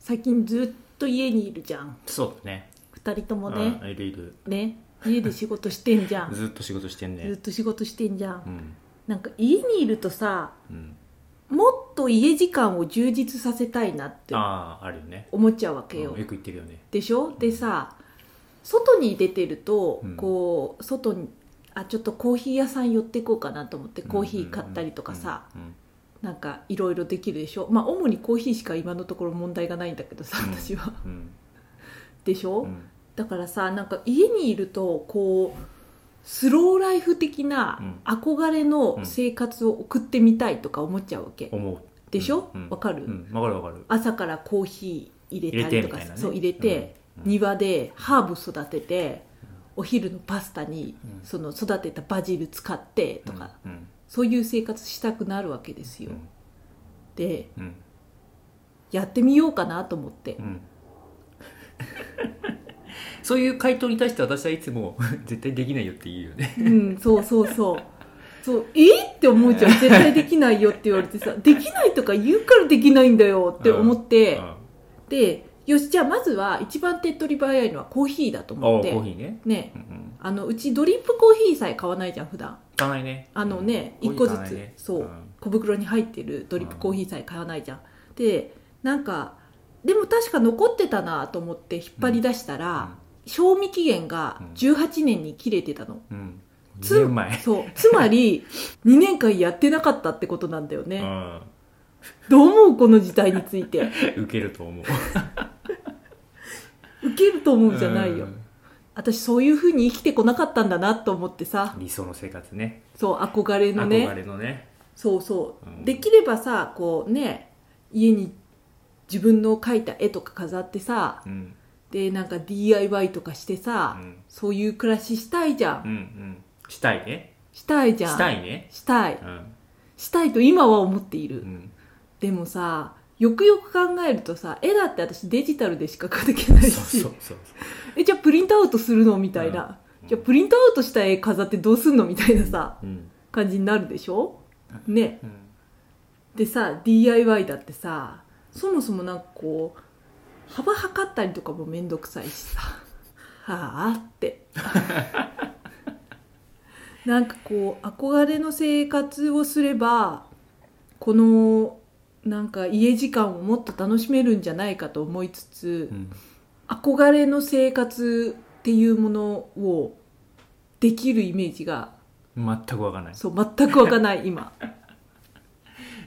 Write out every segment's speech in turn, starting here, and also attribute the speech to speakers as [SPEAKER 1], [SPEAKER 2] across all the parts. [SPEAKER 1] ずっと家にいるじゃん
[SPEAKER 2] そうだね
[SPEAKER 1] 2人ともね
[SPEAKER 2] うんいるいる
[SPEAKER 1] ね家で仕事してんじ ゃん
[SPEAKER 2] ずっと仕事してん
[SPEAKER 1] ずっ
[SPEAKER 2] ね
[SPEAKER 1] と仕事してんじゃ
[SPEAKER 2] うんん
[SPEAKER 1] なんか家にいるとさ
[SPEAKER 2] うん
[SPEAKER 1] もっと家時間を充実させたいなって
[SPEAKER 2] あああるよね
[SPEAKER 1] 思っちゃうわ
[SPEAKER 2] うん
[SPEAKER 1] け
[SPEAKER 2] よ
[SPEAKER 1] よ
[SPEAKER 2] く言ってるよね
[SPEAKER 1] でしょでさ外に出てると、
[SPEAKER 2] うん
[SPEAKER 1] こう外にあちょっとコーヒー屋さん寄ってこうかなと思ってコーヒー買ったりとかさ、
[SPEAKER 2] うんうん
[SPEAKER 1] なんかいろいろできるでしょまあ主にコーヒーしか今のところ問題がないんだけどさ
[SPEAKER 2] うん
[SPEAKER 1] 私は、
[SPEAKER 2] うん
[SPEAKER 1] でしょ、
[SPEAKER 2] うんうん
[SPEAKER 1] だからさなんか家にいるとこうスローライフ的な憧れの生活を送ってみたいとか思っちゃうわけ、
[SPEAKER 2] 思う
[SPEAKER 1] でしょ
[SPEAKER 2] うん
[SPEAKER 1] わかる
[SPEAKER 2] うんわかるわかる
[SPEAKER 1] 朝からコーヒー入れ
[SPEAKER 2] 入
[SPEAKER 1] た
[SPEAKER 2] れ
[SPEAKER 1] りと
[SPEAKER 2] てみ
[SPEAKER 1] か
[SPEAKER 2] たいなね
[SPEAKER 1] そう入れて、
[SPEAKER 2] うん
[SPEAKER 1] 庭でハーブ育ててお昼のパスタに
[SPEAKER 2] うん
[SPEAKER 1] その育てたバジル使ってとか、
[SPEAKER 2] うん
[SPEAKER 1] そういう生活したくなるわけですよ、
[SPEAKER 2] うん
[SPEAKER 1] で
[SPEAKER 2] うん
[SPEAKER 1] やってみようかなと思って、
[SPEAKER 2] うん そういう回答に対して私はいつも 絶対できないよって言うよね
[SPEAKER 1] うん、そうそうそう。そう、えーって思うじゃん。絶対できないよって言われてさ、できないとか言うからできないんだよって思って、
[SPEAKER 2] うん
[SPEAKER 1] で、よし、じゃあまずは一番手っ取り早いのはコーヒーだと
[SPEAKER 2] あ
[SPEAKER 1] 思
[SPEAKER 2] あ
[SPEAKER 1] っ
[SPEAKER 2] コ
[SPEAKER 1] て。
[SPEAKER 2] ーヒーね
[SPEAKER 1] ね
[SPEAKER 2] う。んうん
[SPEAKER 1] あの、うちドリップコーヒーさえ買わないじゃん、普段。
[SPEAKER 2] いかないね
[SPEAKER 1] あのね、
[SPEAKER 2] うん
[SPEAKER 1] 一個ず
[SPEAKER 2] コーヒ
[SPEAKER 1] つ、
[SPEAKER 2] ーいかないね
[SPEAKER 1] そう、
[SPEAKER 2] ん
[SPEAKER 1] 小袋に入ってるドリップコーヒーさえ買わないじゃん。で、なんか、でも確か残ってたなと思って引っ張り出したら、賞味期限が18年に切れてたの。
[SPEAKER 2] うん
[SPEAKER 1] つ
[SPEAKER 2] 2年前
[SPEAKER 1] そう。つま り、2年間やってなかったってことなんだよ
[SPEAKER 2] う
[SPEAKER 1] ね。
[SPEAKER 2] ん
[SPEAKER 1] どう思うこの事態について。
[SPEAKER 2] 受けると思う
[SPEAKER 1] 受けると思うじゃないよ
[SPEAKER 2] う。ん
[SPEAKER 1] 私そういう風に生きてこなかったんだなと思ってさ、
[SPEAKER 2] 理想の生活ね
[SPEAKER 1] そう、憧れの
[SPEAKER 2] 憧
[SPEAKER 1] ね。
[SPEAKER 2] れのね
[SPEAKER 1] そうそうう。
[SPEAKER 2] ん
[SPEAKER 1] できればさ、こうね、家に自分の描いた絵とか飾ってさ、
[SPEAKER 2] うん
[SPEAKER 1] で、なんか DIY とかして
[SPEAKER 2] う
[SPEAKER 1] さ、
[SPEAKER 2] ん
[SPEAKER 1] そういう暮らししたいじゃ
[SPEAKER 2] うん
[SPEAKER 1] ん。
[SPEAKER 2] うんしたいね
[SPEAKER 1] したいじゃん。
[SPEAKER 2] した
[SPEAKER 1] い。
[SPEAKER 2] いね
[SPEAKER 1] したい。
[SPEAKER 2] うん
[SPEAKER 1] したいと今は思っていうる。
[SPEAKER 2] ん
[SPEAKER 1] でもさよくよく考えるとさ絵だって私デジタルでしか描けないし
[SPEAKER 2] そうそうそう
[SPEAKER 1] えじゃあプリントアウトするのみたいな、
[SPEAKER 2] うん
[SPEAKER 1] じゃあプリントアウトした絵飾ってどうすんのみたいなさ、
[SPEAKER 2] うん
[SPEAKER 1] 感じになるでしょね
[SPEAKER 2] うん
[SPEAKER 1] でさ DIY だってさそもそもなんかこう幅測ったりとかもめんどくさいしさはあってなんかこう憧れの生活をすればこのなんか家時間をもっと楽しめるんじゃないかと思いつつ、
[SPEAKER 2] うん
[SPEAKER 1] 憧れの生活っていうものをできるイメージが
[SPEAKER 2] 全くわかんない
[SPEAKER 1] そう全くわかんない 今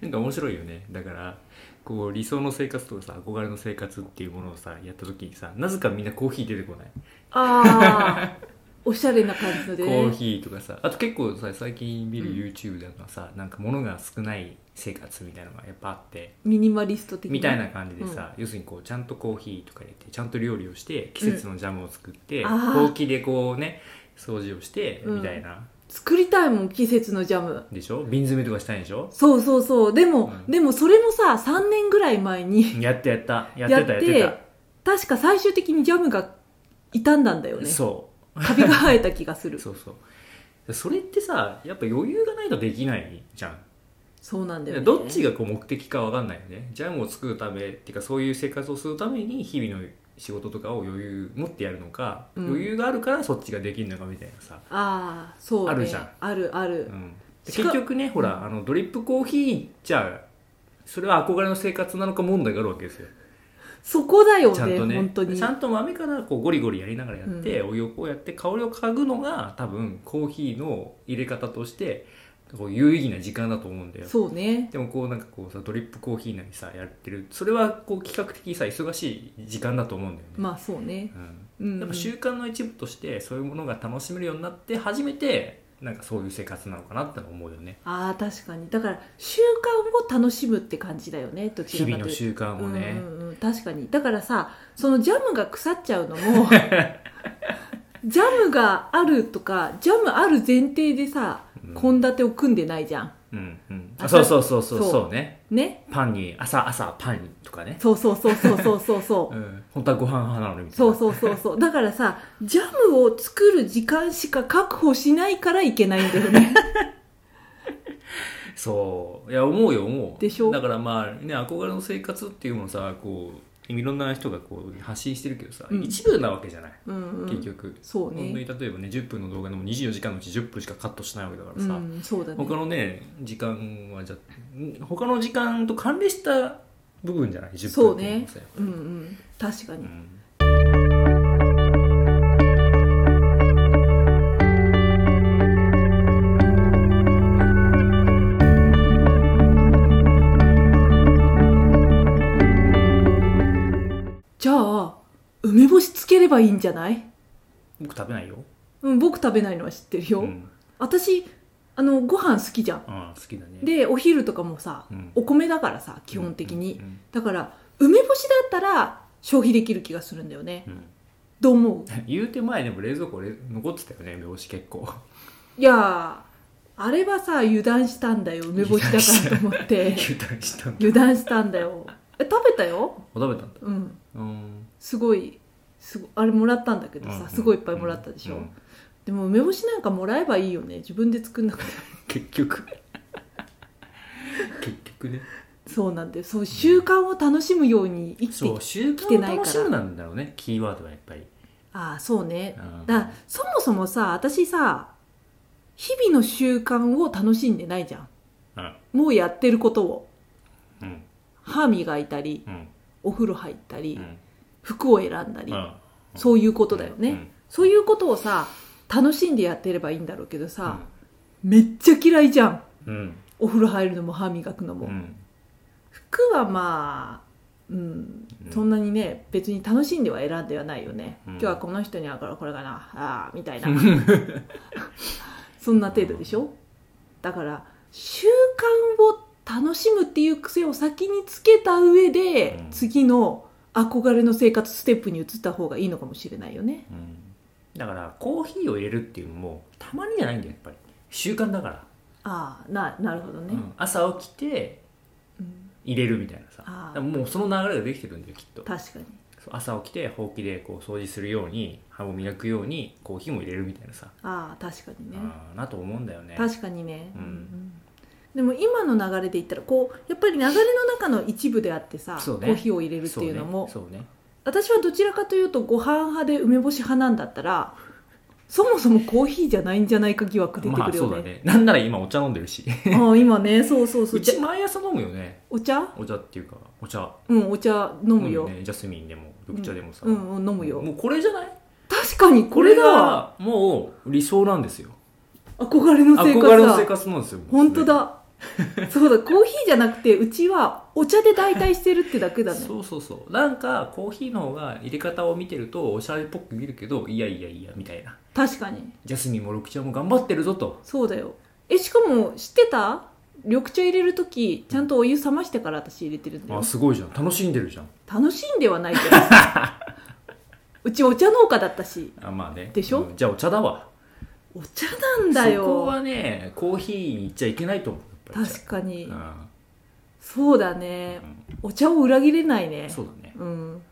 [SPEAKER 2] なんか面白いよねだからこう理想の生活とかさ憧れの生活っていうものをさやった時にさなぜかみんなコーヒー出てこない、
[SPEAKER 1] ああおしゃれな感じので
[SPEAKER 2] コ
[SPEAKER 1] ね
[SPEAKER 2] ーヒーとかさあと結構さ最近見る YouTube だとさ、なんか物が少ない生活みたいなのがやっぱあって
[SPEAKER 1] ミニマリスト的
[SPEAKER 2] みたいな感じでさ、要するにこうちゃんとコーヒーとか入れてちゃんと料理をして季節のジャムを作って、
[SPEAKER 1] うんあー
[SPEAKER 2] ほうきでこうね掃除をして
[SPEAKER 1] うん
[SPEAKER 2] みたいな、
[SPEAKER 1] 作りたいもん季節のジャム
[SPEAKER 2] でしょ瓶詰めとかしたいんでしょ
[SPEAKER 1] そうそうそうでも、
[SPEAKER 2] うん
[SPEAKER 1] でもそれもさ3年ぐらい前に
[SPEAKER 2] やったやったやってたやってた
[SPEAKER 1] 確か最終的にジャムが傷んだんだよね
[SPEAKER 2] そう
[SPEAKER 1] カビが生えた気がするそ
[SPEAKER 2] そうそうそれってさやっぱ余裕がないとできないじゃん、
[SPEAKER 1] うなんだよね
[SPEAKER 2] どっち
[SPEAKER 1] が
[SPEAKER 2] がこう目的か分かんないよねジャムを作るためっていうかそういう生活をするために日々の仕事とかを余裕持ってやるのか、
[SPEAKER 1] うん
[SPEAKER 2] 余裕があるからそっちができるのかみたいなさ、
[SPEAKER 1] ああそう、ね、
[SPEAKER 2] あるじゃん
[SPEAKER 1] あるある、
[SPEAKER 2] うん、で
[SPEAKER 1] しか
[SPEAKER 2] 結局ねほら、あのドリップコーヒーじゃそれは憧れの生活なのか問題があるわけですよ
[SPEAKER 1] そこだよ
[SPEAKER 2] ちゃん
[SPEAKER 1] ね
[SPEAKER 2] とね
[SPEAKER 1] 本当に
[SPEAKER 2] ちゃんと豆からこうゴリゴリやりながらやって、お湯をこうやって香りを嗅ぐのが多分コーヒーの入れ方としてこう有意義な時間だと思うんだよ
[SPEAKER 1] そうね
[SPEAKER 2] でもこうなんかこうさドリップコーヒーなりさやってるそれはこう比較的さ忙しい時間だと思うんだよね、
[SPEAKER 1] まあそうね
[SPEAKER 2] うん
[SPEAKER 1] うん
[SPEAKER 2] やっぱ習慣の一部としてそういうものが楽しめるようになって初めてなんかそういう生活なのかなって思うよね
[SPEAKER 1] ああ確かにだから習慣を楽しむって感じだよねどち
[SPEAKER 2] 日
[SPEAKER 1] らかという
[SPEAKER 2] 々の
[SPEAKER 1] と
[SPEAKER 2] 習慣を
[SPEAKER 1] う
[SPEAKER 2] ね、
[SPEAKER 1] んうんうん、確かにだからさそのジャムが腐っちゃうの もジャムがあるとかジャムある前提でさ
[SPEAKER 2] うん
[SPEAKER 1] 献立を組んでないじゃん
[SPEAKER 2] うんうん
[SPEAKER 1] あ
[SPEAKER 2] あそうそうそうそう
[SPEAKER 1] そう
[SPEAKER 2] そうね
[SPEAKER 1] ね
[SPEAKER 2] パンに朝朝パンとかね、
[SPEAKER 1] そうそうそうそうそうそうそううん
[SPEAKER 2] 本当はご飯派なのにみたいな
[SPEAKER 1] そうそうそうそうだからさジャムを作る時間しか確保しないからいけないんだよ ね
[SPEAKER 2] そういや思うよ思う
[SPEAKER 1] でしょ
[SPEAKER 2] だからまあね憧れの生活っていうものをさこういろんな人がこう発信してるけどさ、
[SPEAKER 1] うん
[SPEAKER 2] 一部なわけじゃない
[SPEAKER 1] うんうん、
[SPEAKER 2] 結局、
[SPEAKER 1] そう
[SPEAKER 2] 本当
[SPEAKER 1] ね
[SPEAKER 2] に例えばね10分の動画でも24時間のうち10分しかカットしないわけだから
[SPEAKER 1] う
[SPEAKER 2] さ、
[SPEAKER 1] んそうだね
[SPEAKER 2] 他のね時間はじゃん他の時間と関連した部分じゃない10
[SPEAKER 1] そ
[SPEAKER 2] 分
[SPEAKER 1] う
[SPEAKER 2] っていうの
[SPEAKER 1] ね
[SPEAKER 2] はさやっぱ
[SPEAKER 1] うん
[SPEAKER 2] り
[SPEAKER 1] うん確かに、
[SPEAKER 2] うん
[SPEAKER 1] じゃあ梅干しつければいいんじゃない、
[SPEAKER 2] 僕食べないよ、
[SPEAKER 1] うん、僕食べないのは知ってるよ、
[SPEAKER 2] うん
[SPEAKER 1] 私あのご飯好きじゃん
[SPEAKER 2] ああ好きだね
[SPEAKER 1] でお昼とかもさ
[SPEAKER 2] うん
[SPEAKER 1] お米だからさ基本的に、
[SPEAKER 2] うん
[SPEAKER 1] だから梅干しだったら消費できる気がするんだよね
[SPEAKER 2] うんうん
[SPEAKER 1] どう思う
[SPEAKER 2] 言うて前でも冷蔵庫れ残ってたよね梅干し結構
[SPEAKER 1] いやーあれはさ油断したんだよ梅干しだからと思っ て
[SPEAKER 2] 油断したんだ
[SPEAKER 1] 油断したんだよえ食べたよ
[SPEAKER 2] お食べたんだ
[SPEAKER 1] うん
[SPEAKER 2] うん
[SPEAKER 1] すごいすごあれもらったんだけど
[SPEAKER 2] う
[SPEAKER 1] さ
[SPEAKER 2] ん
[SPEAKER 1] すごいいっぱいもらったでしょ、
[SPEAKER 2] うん
[SPEAKER 1] でも梅干しなんかもらえばいいよね自分で作んなくて
[SPEAKER 2] 結局 結局ね
[SPEAKER 1] そうなんだよそう習慣を楽しむように生きて
[SPEAKER 2] そう習
[SPEAKER 1] きて
[SPEAKER 2] 慣を
[SPEAKER 1] ないから
[SPEAKER 2] 楽しむなんだろうねキーワードはやっぱり
[SPEAKER 1] ああそうね
[SPEAKER 2] うん
[SPEAKER 1] だそもそもさ私さ日々の習慣を楽しんでないじゃん
[SPEAKER 2] うん
[SPEAKER 1] もうやってることを
[SPEAKER 2] うん
[SPEAKER 1] 歯磨いたり
[SPEAKER 2] うん
[SPEAKER 1] お風呂入ったり、
[SPEAKER 2] うん
[SPEAKER 1] 服を選んだり、
[SPEAKER 2] うん
[SPEAKER 1] そういうことだよね、
[SPEAKER 2] うん
[SPEAKER 1] そういうことをさ楽しんでやってればいいんだろうけどさ、めっちゃ嫌いじゃん
[SPEAKER 2] うん
[SPEAKER 1] お風呂入るのも歯磨くの
[SPEAKER 2] う
[SPEAKER 1] も、
[SPEAKER 2] ん
[SPEAKER 1] 服はまあうん
[SPEAKER 2] うん
[SPEAKER 1] そんなにね別に楽しんでは選んではないよね、
[SPEAKER 2] うん
[SPEAKER 1] 今日はこの人にあからこれかなあーみ たいなそんな程度でしょだから習慣を楽しむっていう癖を先につけた上で、
[SPEAKER 2] うん
[SPEAKER 1] 次の憧れの生活ステップに移った方がいいのかもしれないよね
[SPEAKER 2] うんだからコーヒーを入れるっていうのもたまにじゃないんだよやっぱり習慣だから
[SPEAKER 1] ああななるほどね、
[SPEAKER 2] うん朝起きて
[SPEAKER 1] うん
[SPEAKER 2] 入れるみたいなさ
[SPEAKER 1] あー
[SPEAKER 2] だからもうその流れができてるんだよきっと
[SPEAKER 1] 確かに
[SPEAKER 2] そう朝起きてほうきでこう掃除するように歯を磨くようにコーヒーも入れるみたいなさ、
[SPEAKER 1] ああ確かにね
[SPEAKER 2] あーなと思うんだよね
[SPEAKER 1] 確かにね、
[SPEAKER 2] うん
[SPEAKER 1] でも今の流れで言ったらこうやっぱり流れの中の一部であってさ、
[SPEAKER 2] そうね
[SPEAKER 1] コーヒーを入れるっていうのも
[SPEAKER 2] そうね
[SPEAKER 1] 私はどちらかというとご飯派で梅干し派なんだったらそもそもコーヒーじゃないんじゃないか疑惑
[SPEAKER 2] そう
[SPEAKER 1] 出
[SPEAKER 2] ね
[SPEAKER 1] て
[SPEAKER 2] ま
[SPEAKER 1] く
[SPEAKER 2] あ
[SPEAKER 1] る
[SPEAKER 2] そ
[SPEAKER 1] よ
[SPEAKER 2] うだ
[SPEAKER 1] ね,、
[SPEAKER 2] ねなんなら今お茶飲んでるし
[SPEAKER 1] ああ今ねそうそうそう
[SPEAKER 2] うち毎朝飲むよね
[SPEAKER 1] お茶
[SPEAKER 2] お茶っていうかお茶
[SPEAKER 1] うんお茶飲むよ、
[SPEAKER 2] 飲ねジャスミンでも緑茶でもさ、
[SPEAKER 1] うん、うん、飲むよ
[SPEAKER 2] もうこれじゃない
[SPEAKER 1] 確かにこ
[SPEAKER 2] こ
[SPEAKER 1] れ
[SPEAKER 2] れ
[SPEAKER 1] だわ
[SPEAKER 2] がもう理想なんですよ
[SPEAKER 1] 憧れの生活
[SPEAKER 2] 憧
[SPEAKER 1] だ
[SPEAKER 2] れの生活なんですよ
[SPEAKER 1] 本当だそうだコーヒーじゃなくてうちはお茶で代替してるってだけだね
[SPEAKER 2] そうそうそうなんかコーヒーの方が入れ方を見てるとおしゃれっぽく見るけどいやいやいやみたいな
[SPEAKER 1] 確かに
[SPEAKER 2] ジャスミンも緑茶も頑張ってるぞと
[SPEAKER 1] そうだよえしかも知ってた緑茶入れる時ちゃんとお湯冷ましてから私入れてるんだよ
[SPEAKER 2] あすごいじゃん楽しんでるじゃん
[SPEAKER 1] 楽しんではないけどさ うちお茶農家だったし
[SPEAKER 2] あまあね
[SPEAKER 1] でしょ
[SPEAKER 2] うんじゃあお茶だわ
[SPEAKER 1] お茶なんだ
[SPEAKER 2] そこ
[SPEAKER 1] よ
[SPEAKER 2] はねコーヒーに行っちゃいけないと思うやっぱり
[SPEAKER 1] 確かに、
[SPEAKER 2] うん
[SPEAKER 1] そうだね
[SPEAKER 2] う
[SPEAKER 1] お茶を裏切れない
[SPEAKER 2] ん
[SPEAKER 1] ね
[SPEAKER 2] そうだね
[SPEAKER 1] うん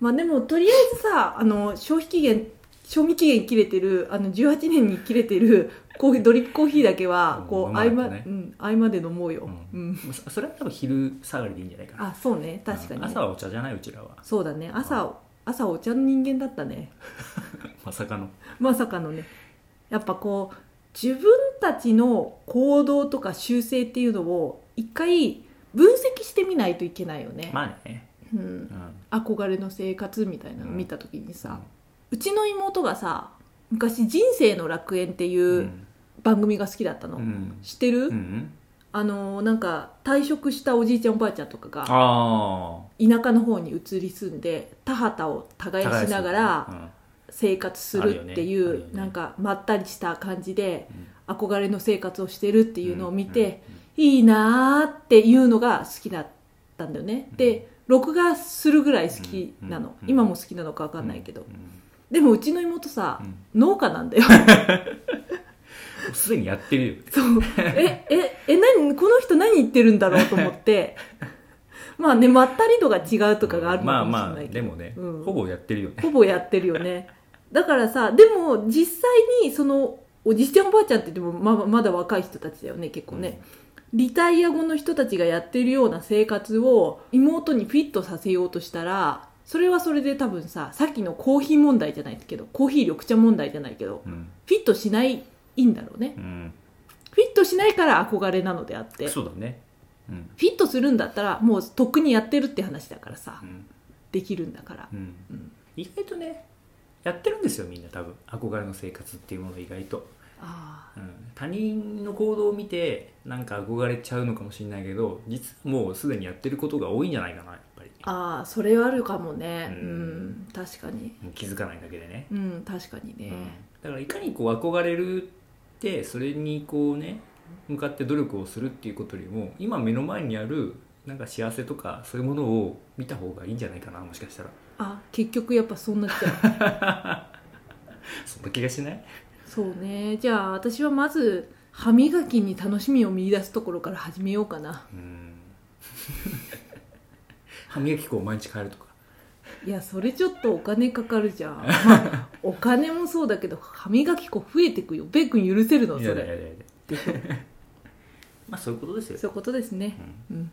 [SPEAKER 1] まあでもとりあえずさあの消費期限賞味期限切れてるあの18年に切れてるコーヒードリップコーヒーだけは
[SPEAKER 2] うん
[SPEAKER 1] こう、
[SPEAKER 2] 飲ま
[SPEAKER 1] 合
[SPEAKER 2] ないと
[SPEAKER 1] 間、
[SPEAKER 2] ね
[SPEAKER 1] うん、合間で飲もうよ、う
[SPEAKER 2] うんもうそそれは多分昼下がりでいいんじゃないかな
[SPEAKER 1] あそうね確かに、
[SPEAKER 2] うん朝はお茶じゃないうちらは
[SPEAKER 1] そうだね朝朝お茶の人間だったね
[SPEAKER 2] まさかの
[SPEAKER 1] まさかのねやっぱこう自分たちの行動とか習性っていうのを一回分析してみないといけないよね、
[SPEAKER 2] まあね
[SPEAKER 1] うん、
[SPEAKER 2] うん
[SPEAKER 1] 憧れの生活みたいなの
[SPEAKER 2] うん
[SPEAKER 1] 見た時にさ、うちの妹がさ昔「人生の楽園」って
[SPEAKER 2] う
[SPEAKER 1] いうん番組が好きだったの、
[SPEAKER 2] うん
[SPEAKER 1] 知ってる、
[SPEAKER 2] うん
[SPEAKER 1] あのなんか退職したおじいちゃんおばあちゃんとかが
[SPEAKER 2] あ
[SPEAKER 1] 田舎の方に移り住んで田畑を
[SPEAKER 2] あ
[SPEAKER 1] 耕しながら
[SPEAKER 2] うん
[SPEAKER 1] 生活するってい
[SPEAKER 2] あるよねあるよ
[SPEAKER 1] う、
[SPEAKER 2] ね
[SPEAKER 1] なんかまったりした感じで憧れの生活をしてるっていうのを見て、、いいなーっていうのが好きだったんだよね、
[SPEAKER 2] うん
[SPEAKER 1] で録画するぐらい好きなの、
[SPEAKER 2] うんうん
[SPEAKER 1] 今も好きなのか分か
[SPEAKER 2] わ
[SPEAKER 1] んないけど、
[SPEAKER 2] うん
[SPEAKER 1] でもうちの妹さ、
[SPEAKER 2] うん
[SPEAKER 1] 農家なんだよ
[SPEAKER 2] うんすでにやってるよ
[SPEAKER 1] そうえええ何この人何言ってるんだろうと思って まあねまったり度が違うとかがあるの
[SPEAKER 2] ま
[SPEAKER 1] か
[SPEAKER 2] あ
[SPEAKER 1] もしれ
[SPEAKER 2] ま
[SPEAKER 1] な
[SPEAKER 2] あ
[SPEAKER 1] いけ
[SPEAKER 2] で
[SPEAKER 1] ど、
[SPEAKER 2] もね、
[SPEAKER 1] うん
[SPEAKER 2] ほぼやってるよね
[SPEAKER 1] ほぼやってるよねだからさでも実際にそのおじいちゃんおばあちゃんって言ってもままだ若い人たちだよね結構ね、リタイア後の人たちがやってるような生活を妹にフィットさせようとしたらそれはそれで多分ささっきのコーヒー問題じゃないけどコーヒー緑茶問題じゃないけど
[SPEAKER 2] うん
[SPEAKER 1] フィットしないんだろうね
[SPEAKER 2] うん
[SPEAKER 1] フィットしないから憧れなのであってフ
[SPEAKER 2] そうだねうん
[SPEAKER 1] ィットするんだったらもうとっくにやってるって話だからさ
[SPEAKER 2] うん
[SPEAKER 1] できるんだから
[SPEAKER 2] うん
[SPEAKER 1] うん
[SPEAKER 2] 意外とねやってるんですよみんな多分憧れの生活っていうものを意外と、
[SPEAKER 1] ああ
[SPEAKER 2] うん、他人の行動を見てなんか憧れちゃうのかもしれないけど実はもうすでにやってることが多いんじゃないかなやっぱり
[SPEAKER 1] ああそれはあるかもねう
[SPEAKER 2] うん
[SPEAKER 1] ん確かに
[SPEAKER 2] うん気づかないだけでね、
[SPEAKER 1] うん確かにね
[SPEAKER 2] うんだからいかにこう憧れるってそれにこうね向かって努力をするっていうことよりも今目の前にあるなんか幸せとかそういうものを見た方がいいんじゃないかなもしかしたら
[SPEAKER 1] あ結局やっぱそうなっちゃう
[SPEAKER 2] そんな気がしない
[SPEAKER 1] そうねじゃあ私はまず歯磨きに楽しみを見出すところから始めようかな
[SPEAKER 2] うん 歯磨き粉を毎日変えるとか
[SPEAKER 1] いやそれちょっとお金かかるじゃ ん、まあお金もそうだけど歯磨き粉増えてくよベイ君許せるのそ
[SPEAKER 2] やだやだ
[SPEAKER 1] れ
[SPEAKER 2] やだ まあそういうことですよ
[SPEAKER 1] そういうことですねうん